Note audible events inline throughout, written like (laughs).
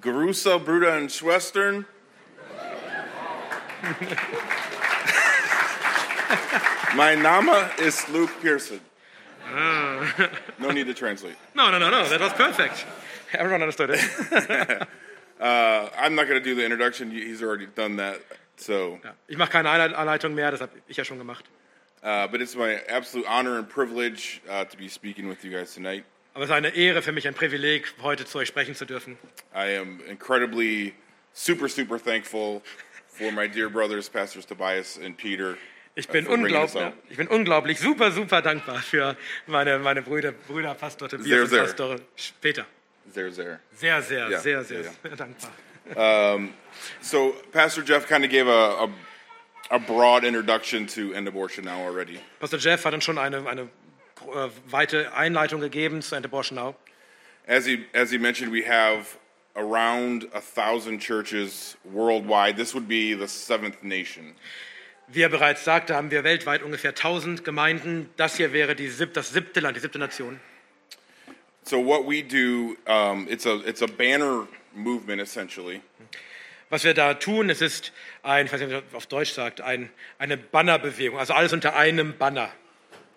Gerusa, Bruder, and Schwestern. mein Name ist Luke Pearson. No need to translate. Ah. (laughs) (laughs) No, no, no, no. That was perfect. Everyone understood it. (laughs) Uh, I'm not going to do the introduction. He's already done that. So, Ich mache keine Einleit- Anleitung mehr, das habe ich ja schon gemacht. uh, but it's my absolute honor and privilege uh, to be speaking with you guys tonight. Aber es ist eine Ehre für mich, ein Privileg, heute zu euch sprechen zu dürfen. I am incredibly, super, super thankful for my dear brothers, Pastors Tobias and Peter. Ich uh, bin, for bringing us unglaublich, out. ich bin unglaublich, super, super dankbar für meine, meine Brüder, Brüder, Pastor Sehr, Tobias sehr. und Pastor Peter. They're there. Sehr, sehr, Ja, sehr, ja, sehr, ja. sehr dankbar. So Pastor Jeff kind of gave a, a a broad introduction to End Abortion Now already. Pastor Jeff hat uns schon eine, eine äh, weite Einleitung gegeben zu Ente Borschenau. As he as he mentioned, we have around a thousand churches worldwide. This would be the seventh nation. Wie er bereits sagte, haben wir weltweit ungefähr 1000 Gemeinden. Das hier wäre die sieb, das siebte Land, die siebte Nation. So what we do, um, it's a it's a banner movement essentially. Was wir da tun, es ist ein, ich weiß nicht, wie man das auf Deutsch sagt, ein, eine Bannerbewegung, also alles unter einem Banner.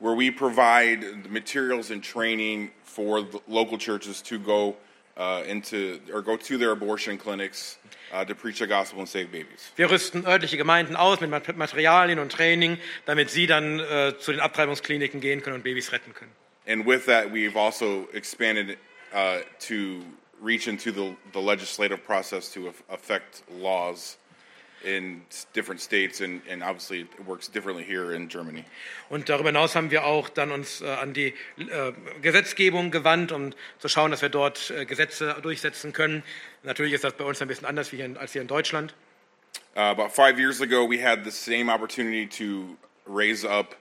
where we provide the materials and training for the local churches to go uh, into or go to their abortion clinics uh, to preach the gospel and save babies. Wir rüsten örtliche Gemeinden aus mit Mat- Materialien und Training, damit sie dann äh, zu den Abtreibungskliniken gehen können und Babys retten können. And with that, we've also expanded uh, to reach into the, the legislative process to af- affect laws in s- different states, and, and obviously it works differently here in Germany. Und darüber hinaus haben wir auch dann uns äh, an die äh, Gesetzgebung gewandt, um zu schauen, dass wir dort äh, Gesetze durchsetzen können. Natürlich ist das bei uns ein bisschen anders wie hier in, als hier in Deutschland. Uh, about five years ago, we had the same opportunity to raise up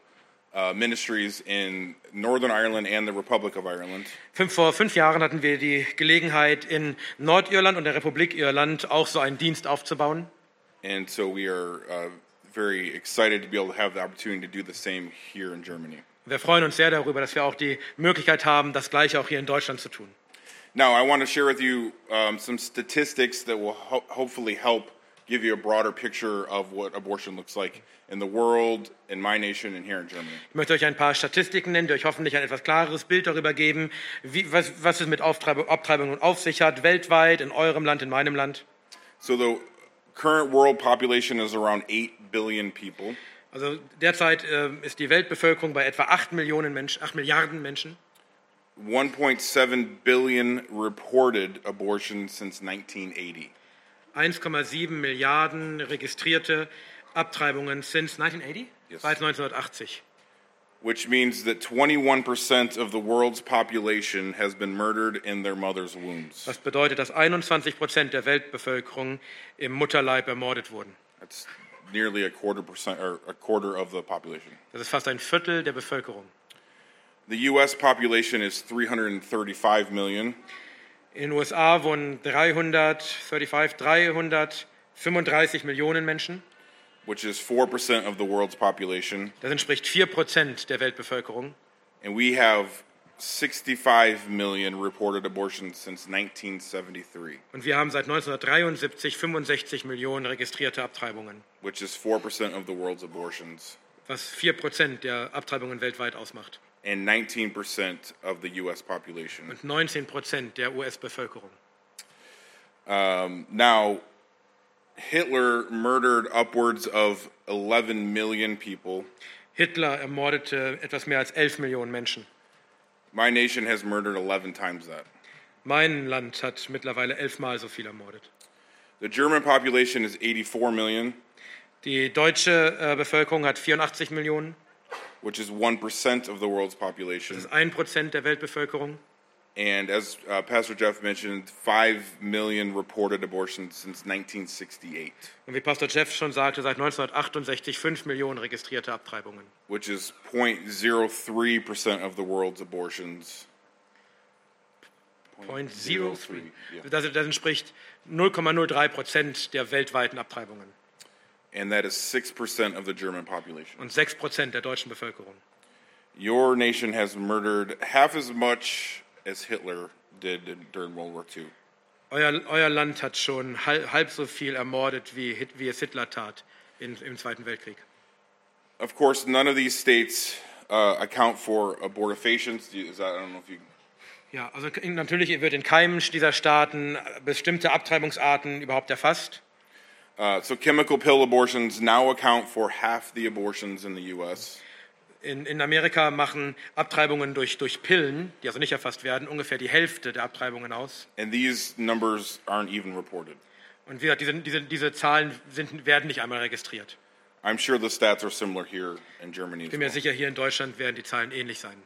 uh, ministries in Northern Ireland and the Republic of Ireland. Fünf, vor fünf Jahren hatten wir die Gelegenheit, in Nordirland und der Republik Irland auch so einen Dienst aufzubauen. And so we are uh, very excited to be able to have the opportunity to do the same here in Germany. Wir freuen uns sehr darüber, dass wir auch die Möglichkeit haben, das Gleiche auch hier in Deutschland zu tun. Now, I want to share with you um, some statistics that will ho- hopefully help give you a broader picture of what abortion looks like in the world, in my nation, and here in Germany. Ich möchte euch ein paar Statistiken nennen, die euch hoffentlich ein etwas klareres Bild darüber geben, wie, was, was es mit Auftreibung, Abtreibung und auf sich hat, weltweit, in eurem Land, in meinem Land. So, the current world population is around 8 billion people. Also derzeit ähm, ist die Weltbevölkerung bei etwa 8, Millionen Menschen, 8 Milliarden Menschen. 1.7 billion reported abortions since 1980. 1,7 Milliarden registrierte Abtreibungen since 1980? Yes. Seit 1980. which means that 21% of the world's population has been murdered in their mother's wombs. Das bedeutet, dass 21 Prozent der Weltbevölkerung im Mutterleib ermordet wurden. That's nearly a quarter percent or a quarter of the population. Das ist fast ein Viertel der Bevölkerung. The US population is 335 million, In den USA wohnen 335, 335 Millionen Menschen. which is 4% of the world's population, Das entspricht 4 Prozent der Weltbevölkerung. and we have 65 million reported abortions since 1973, Und wir haben seit 1973 65 Millionen registrierte Abtreibungen, which is 4% of the world's abortions was 4 Prozent der Abtreibungen weltweit ausmacht. and 19% of the US population. 19 Prozent der US-Bevölkerung. Um, Now, Hitler murdered upwards of 11 million people. Hitler ermordete etwas mehr als 11 Millionen Menschen. My nation has murdered 11 times that. Mein Land hat mittlerweile elfmal so viel ermordet. The German population is 84 million, Die deutsche äh, Bevölkerung hat 84 Millionen, which is 1% of the world's population. das ist 1 Prozent der Weltbevölkerung. And as uh, Pastor Jeff mentioned, 5 million reported abortions since 1968, Und wie Pastor Jeff schon sagte, seit 1968 5 Millionen registrierte Abtreibungen. which is 0.03% of the world's abortions. 0,03. yeah. Das, das entspricht 0,03 Prozent der weltweiten Abtreibungen And that is 6% of the German population. und 6 Prozent der deutschen Bevölkerung. Your nation has murdered half as much as Hitler did during World War II. Euer, euer Land hat schon halb, halb so viel ermordet, wie, Hit- wie es Hitler tat in, im Zweiten Weltkrieg. Of course, none of these states uh, account for abortifacients. Do you- Is that, I don't know if you. Ja, also in- natürlich wird in keinem dieser Staaten bestimmte Abtreibungsarten überhaupt erfasst. Uh, so chemical pill abortions now account for half the abortions in the U.S. In, in Amerika machen Abtreibungen durch, durch Pillen, die also nicht erfasst werden, ungefähr die Hälfte der Abtreibungen aus. And these numbers aren't even reported. Und wie gesagt, diese, diese, diese Zahlen sind, werden nicht einmal registriert. I'm sure the stats are similar here in Germany. as Bin mir well. sicher, hier in Deutschland werden die Zahlen ähnlich sein.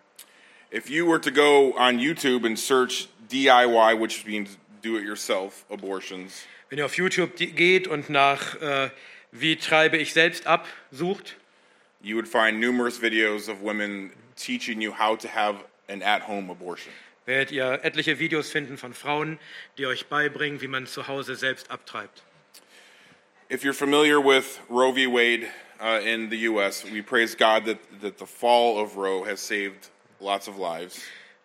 If you were to go on YouTube and search DIY, which means do it yourself abortions, Wenn ihr auf YouTube die- geht und nach äh, Wie treibe ich selbst ab sucht, you would find numerous videos of women teaching you how to have an at home abortion. werdet ihr etliche Videos finden von Frauen, die euch beibringen, wie man zu Hause selbst abtreibt. If you're familiar with Roe v. Wade uh, in the U.S., we praise God that, that the fall of Roe has saved lots of lives.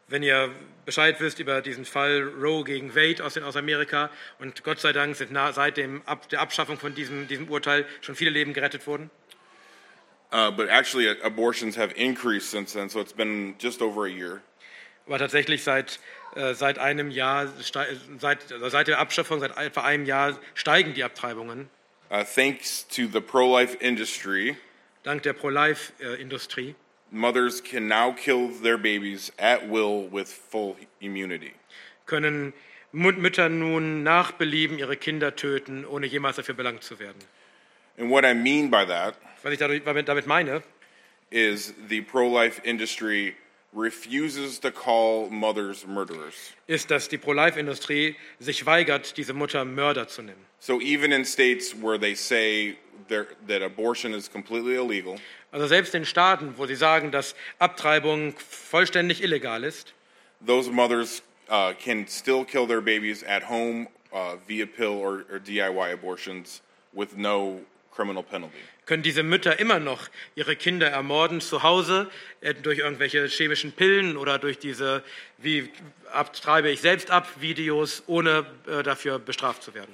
Wenn ihr Bescheid wisst über diesen Fall Roe gegen Wade aus, den, aus Amerika und Gott sei Dank sind na, seit dem Ab, der Abschaffung von diesem, diesem Urteil schon viele Leben gerettet worden. Uh, but actually, uh, abortions have increased since then, so it's been just over a year. Aber tatsächlich seit, äh, seit einem Jahr, ste- seit, also seit der Abschaffung, seit etwa einem Jahr steigen die Abtreibungen. Uh, thanks to the pro life industry, Dank der Pro-Life-Industrie mothers can now kill their babies at will with full immunity. können Mut- Mütter nun nach Belieben ihre Kinder töten, ohne jemals dafür belangt zu werden. And what I mean by that Was ich dadurch, damit damit meine, is the pro life industry refuses to call mothers murderers. ist, dass die Pro-Life-Industrie sich weigert, diese Mutter Mörder zu nennen. So even in states where they say there- that abortion is completely illegal, Also selbst in Staaten, wo sie sagen, dass Abtreibung vollständig illegal ist, those mothers uh, can still kill their babies at home uh, via pill or, or DIY abortions with no criminal penalty. können diese Mütter immer noch ihre Kinder ermorden zu Hause äh, durch irgendwelche chemischen Pillen oder durch diese, wie abtreibe ich selbst ab, Videos, ohne äh, dafür bestraft zu werden.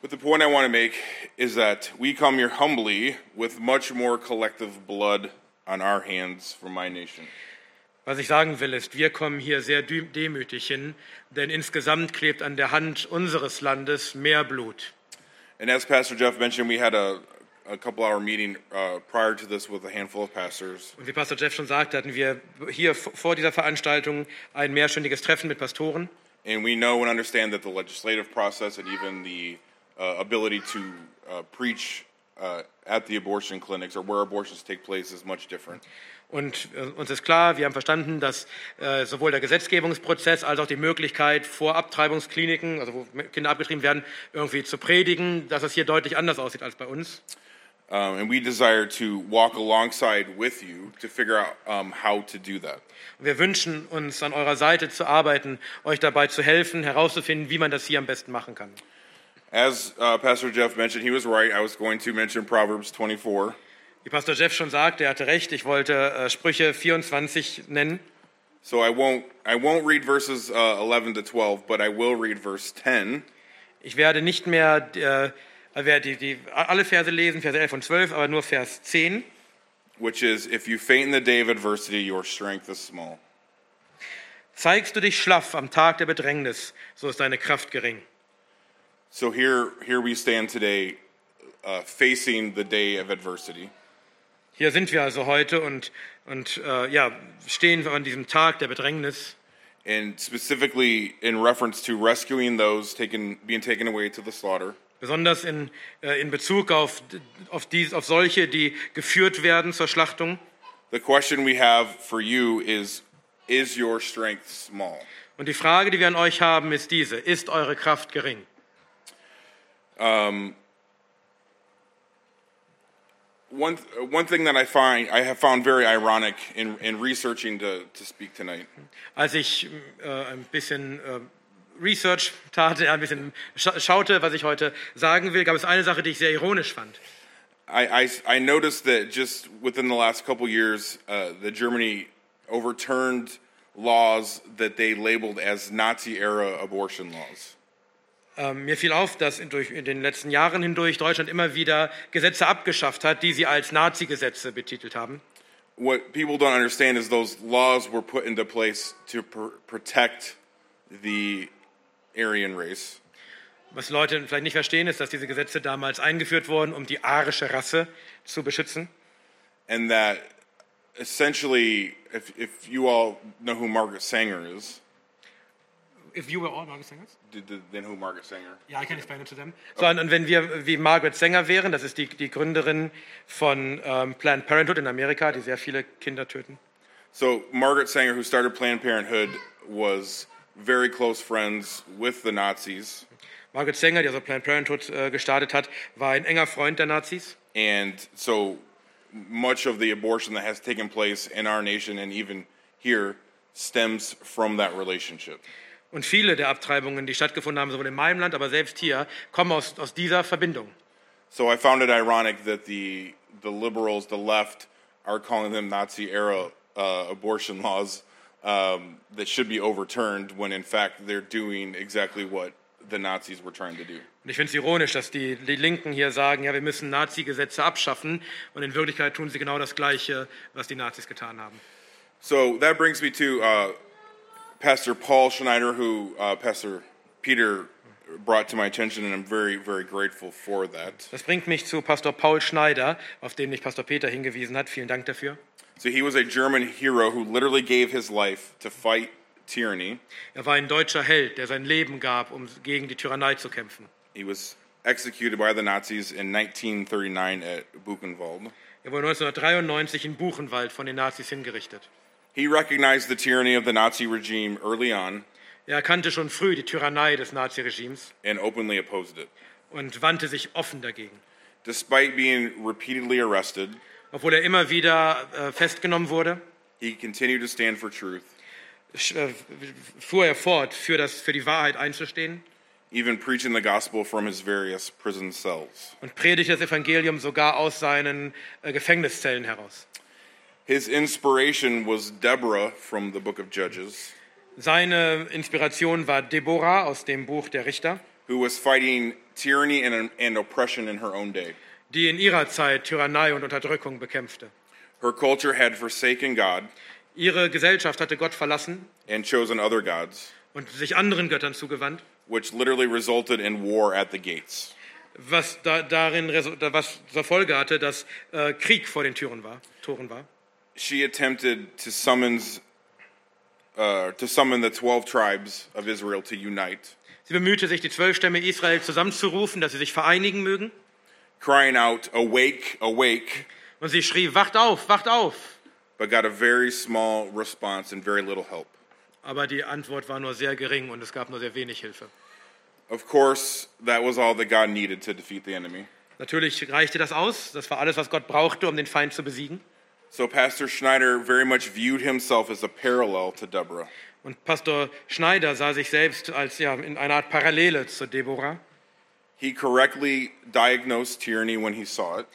But the point I want to make is that we come here humbly with much more collective blood on our hands for my nation. Was ich sagen will, ist, wir kommen hier sehr dü- demütig hin, denn insgesamt klebt an der Hand unseres Landes mehr Blut. And as Pastor Jeff mentioned, we had a, a couple hour meeting uh, prior to this with a handful of pastors. Und wie Pastor Jeff schon sagte, hatten wir hier v- vor dieser Veranstaltung ein mehrstündiges Treffen mit Pastoren. And we know and understand that the legislative process and even the uh, ability to uh, preach uh, at the abortion clinics or where abortions take place is much different. Und äh, uns ist klar, wir haben verstanden, dass äh, sowohl der Gesetzgebungsprozess als auch die Möglichkeit, vor Abtreibungskliniken, also wo Kinder abgetrieben werden, irgendwie zu predigen, dass es hier deutlich anders aussieht als bei uns. Um, and we desire to walk alongside with you to figure out um, how to do that. Und wir wünschen uns, an eurer Seite zu arbeiten, euch dabei zu helfen, herauszufinden, wie man das hier am besten machen kann. As uh, Pastor Jeff mentioned, he was right. I was going to mention Proverbs 24. Wie Pastor Jeff schon sagte, er hatte recht, ich wollte äh, Sprüche 24 nennen. So I won't I won't read verses uh, 11 to 12, but I will read verse 10. Ich werde nicht mehr äh, werde die, die, alle Verse lesen, Verse 11 und 12, aber nur Vers 10. which is if you faint in the day of adversity, your strength is small. Zeigst du dich schlaff am Tag der Bedrängnis, so ist deine Kraft gering. So here, here we stand today, uh, facing the day of adversity. Hier sind wir also heute und, und äh, ja, stehen wir an diesem Tag der Bedrängnis And specifically in reference to rescuing those taken, being taken away to the slaughter, Besonders in, äh, in Bezug auf, auf, dies, auf solche, die geführt werden zur Schlachtung. the question we have for you is Is your strength small? Und die Frage, die wir an euch haben, ist diese. Ist eure Kraft gering? One, uh, one thing that I find I have found very ironic in, in researching to, to speak tonight Als ich äh, ein bisschen äh, Research tat, ein bisschen scha schaute, was ich heute sagen will, gab es eine Sache, die ich sehr ironisch fand. I, I, I noticed that just within the last couple years, uh, the Germany overturned laws that they labeled as Nazi era abortion laws. Ähm, mir fiel auf, dass in, durch, in den letzten Jahren hindurch Deutschland immer wieder Gesetze abgeschafft hat, die sie als Nazi-Gesetze betitelt haben. What people don't understand is those laws were put into place to pr- protect the Aryan race. Was Leute vielleicht nicht verstehen, ist, dass diese Gesetze damals eingeführt wurden, um die arische Rasse zu beschützen. and that essentially, if if you all know who Margaret Sanger is, If you were all Margaret Singers? did the, then who Margaret Sanger? Ja, ich kann explain it to them. So, und, und wenn wir wie Margaret Sanger wären, das ist die, die Gründerin von ähm, Planned Parenthood in Amerika, die sehr viele Kinder töten. So Margaret Sanger, who started Planned Parenthood, was very close friends with the Nazis, Margaret Sanger, die also Planned Parenthood äh, gestartet hat, war ein enger Freund der Nazis. and so much of the abortion that has taken place in our nation and even here stems from that relationship. Und viele der Abtreibungen, die stattgefunden haben, sowohl in meinem Land, aber selbst hier, kommen aus, aus dieser Verbindung. So I found it ironic that the the liberals, the left, are calling them Nazi era uh, abortion (laughs) laws um, that should be overturned, when in fact they're doing exactly what the Nazis were trying to do. Und ich finde es ironisch, dass die, die Linken hier sagen, ja, wir müssen Nazi-Gesetze abschaffen. Und in Wirklichkeit tun sie genau das Gleiche, was die Nazis getan haben. So that brings me to uh, Pastor Paul Schneider, who uh, Pastor Peter brought to my attention, and I'm very, very grateful for that. Das bringt mich zu Pastor Paul Schneider, auf den mich Pastor Peter hingewiesen hat. Vielen Dank dafür. So he was a German hero who literally gave his life to fight tyranny. Er war ein deutscher Held, der sein Leben gab, um gegen die Tyrannei zu kämpfen. He was executed by the Nazis in 1939 at Buchenwald. Er wurde 1993 in Buchenwald von den Nazis hingerichtet. He recognized the tyranny of the Nazi regime early on Er erkannte schon früh die Tyrannei des Naziregimes and openly opposed it. und wandte sich offen dagegen. Despite being repeatedly arrested, Obwohl er immer wieder äh, festgenommen wurde, he continued to stand for truth, sch- äh, fuhr er fort, für, das, für die Wahrheit einzustehen even preaching the gospel from his various prison cells. und predigte das Evangelium sogar aus seinen äh, Gefängniszellen heraus. His inspiration was Deborah from the book of Judges, Seine Inspiration war Deborah aus dem Buch der Richter, who was fighting tyranny and, and oppression in her own day. die in ihrer Zeit Tyrannei und Unterdrückung bekämpfte. Her culture had forsaken God Ihre Gesellschaft hatte Gott verlassen and chosen other gods. und sich anderen Göttern zugewandt, which literally resulted in war at the gates. was da, darin resu- da- was zur Folge hatte, dass äh, Krieg vor den Türen war, Toren war. She attempted to summons uh, to summon the twelve tribes of Israel to unite, Sie bemühte sich, die zwölf Stämme Israel zusammenzurufen, dass sie sich vereinigen mögen. crying out, "Awake, awake!" Und sie schrie, wacht auf, wacht auf. But got a very small response and very little help. Aber die Antwort war nur sehr gering und es gab nur sehr wenig Hilfe. Of course, that was all that God needed to defeat the enemy. Natürlich reichte das aus. Das war alles, was Gott brauchte, um den Feind zu besiegen. So Pastor Schneider very much viewed himself as a parallel to Deborah. Und Pastor Schneider sah sich selbst als ja, in einer Art Parallele zu Deborah. He correctly diagnosed tyranny when he saw it,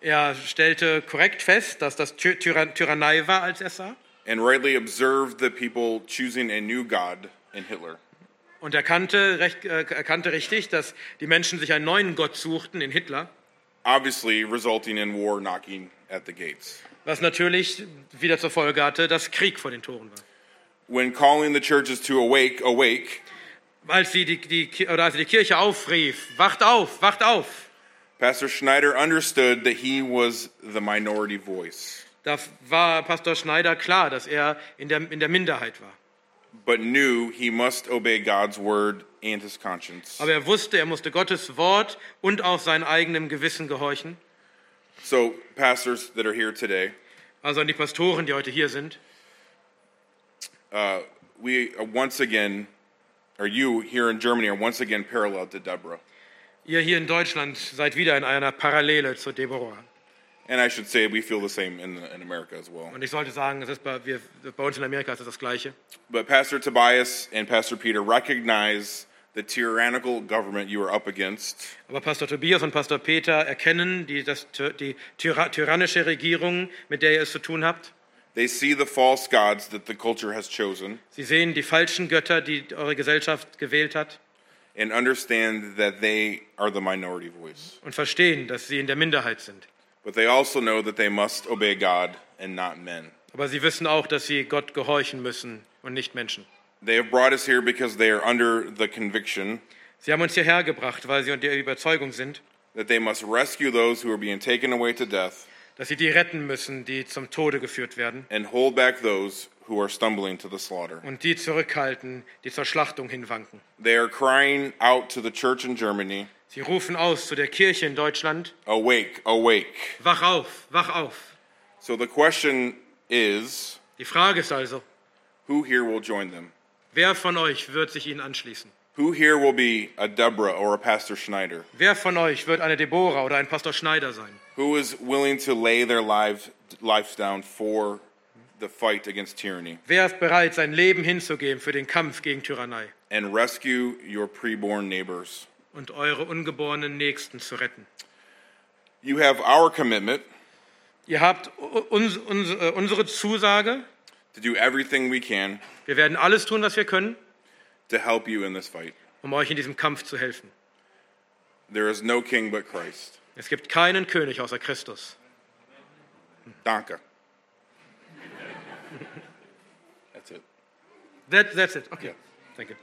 Er stellte korrekt fest, dass das Ty Tyran Tyrannei war, als er es sah. and rightly observed the people choosing a new god in Hitler. Und erkannte, recht, äh, erkannte richtig, dass die Menschen sich einen neuen Gott suchten in Hitler, obviously resulting in war knocking at the gates. was natürlich wieder zur Folge hatte, dass Krieg vor den Toren war. When calling the churches to awake, awake, Als sie die, die, Ki- oder als sie die Kirche aufrief, wacht auf, wacht auf, Pastor Schneider understood that he was the minority voice, da f- war Pastor Schneider klar, dass er in der, in der Minderheit war. but knew he must obey God's word and his conscience. Aber er wusste, er musste Gottes Wort und auch seinem eigenen Gewissen gehorchen. So, pastors that are here today, Also an die Pastoren, die heute hier sind. we are once again, or you here in Germany, are once again paralleled to Deborah. Ihr hier in Deutschland seid wieder in einer Parallele zu Deborah. And I should say we feel the same in, in America as well. Und ich sollte sagen, es ist bei, wir, bei uns in Amerika ist es das Gleiche. But Pastor Tobias and Pastor Peter recognize the tyrannical government you are up against. Aber Pastor Tobias und Pastor Peter erkennen die, das, die tyra tyrannische Regierung, mit der ihr es zu tun habt. They see the false gods that the culture has chosen, Sie sehen die falschen Götter, die eure Gesellschaft gewählt hat. and understand that they are the minority voice. und verstehen, dass sie in der Minderheit sind. But they also know that they must obey God and not men. Aber sie wissen auch, dass sie Gott gehorchen müssen und nicht Menschen. They have brought us here because they are under the conviction Sie haben uns hierher gebracht, weil sie der Überzeugung sind, that they must rescue those who are being taken away to death dass sie die retten müssen, die zum Tode geführt werden and hold back those who are stumbling to the slaughter. und die zurückhalten, die zur Schlachtung hinwanken. They are crying out to the church in Germany Sie rufen aus zu der Kirche in Deutschland, Awake, awake. wach auf, wach auf. So the question is Die Frage ist also, who here will join them? wer von euch wird sich ihnen anschließen? Who here will be a Deborah or a Pastor Schneider? Wer von euch wird eine Deborah oder ein Pastor Schneider sein? Who is willing to lay their lives, life down for the fight against tyranny Wer ist bereit, sein Leben hinzugeben für den Kampf gegen Tyrannei and rescue your preborn neighbors? und eure ungeborenen Nächsten zu retten? You have our commitment Ihr habt u- uns, uns, äh, unsere Zusage, to do everything we can wir werden alles tun, was wir können, to help you in this fight. um euch in diesem Kampf zu helfen. There is no king but Christ. Es gibt keinen König außer Christus. Danke. That's it. That, that's it. Okay. Yeah. Thank you.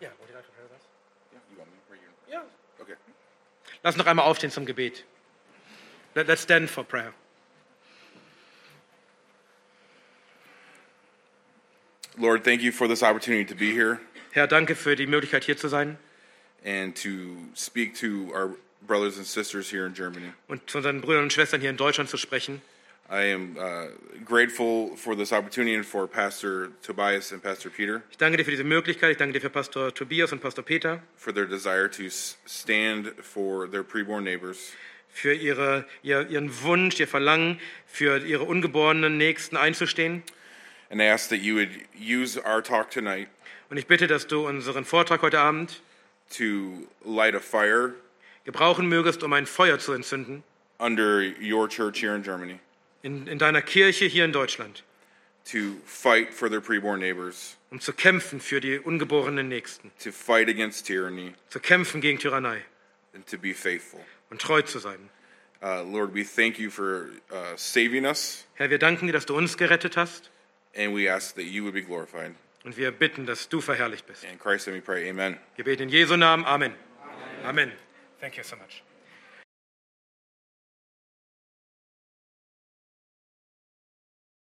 Yeah, you want me to pray here? Okay. Lass noch einmal aufstehen zum Gebet. Let, let's stand for prayer. Lord, thank you for this opportunity to be here Herr, danke für die Möglichkeit, hier zu sein and to speak to our brothers and sisters here in Germany. und zu unseren Brüdern und Schwestern hier in Deutschland zu sprechen. I am uh, grateful for this opportunity and for Pastor Tobias and Pastor Peter Ich danke dir für diese Möglichkeit. Ich danke dir für Pastor Tobias und Pastor Peter, for their desire to s- stand for their preborn neighbors für ihre, ihr, ihren Wunsch, ihr Verlangen, für ihre ungeborenen Nächsten einzustehen. and I ask that you would use our talk tonight Und ich bitte, dass du unseren Vortrag heute Abend to light a fire gebrauchen mögest, um ein Feuer zu entzünden under your church here in Germany in, in deiner Kirche hier in Deutschland, to fight for their preborn neighbors, um zu kämpfen für die ungeborenen Nächsten, to fight against tyranny, zu kämpfen gegen Tyrannei and to be faithful. und treu zu sein. Uh, Lord, we thank you for uh, saving us, Herr, wir danken dir, dass du uns gerettet hast and we ask that you would be glorified. und wir bitten, dass du verherrlicht bist. In Christ's name we pray, amen. Wir beten in Jesu Namen. Amen. Amen. Thank you so much.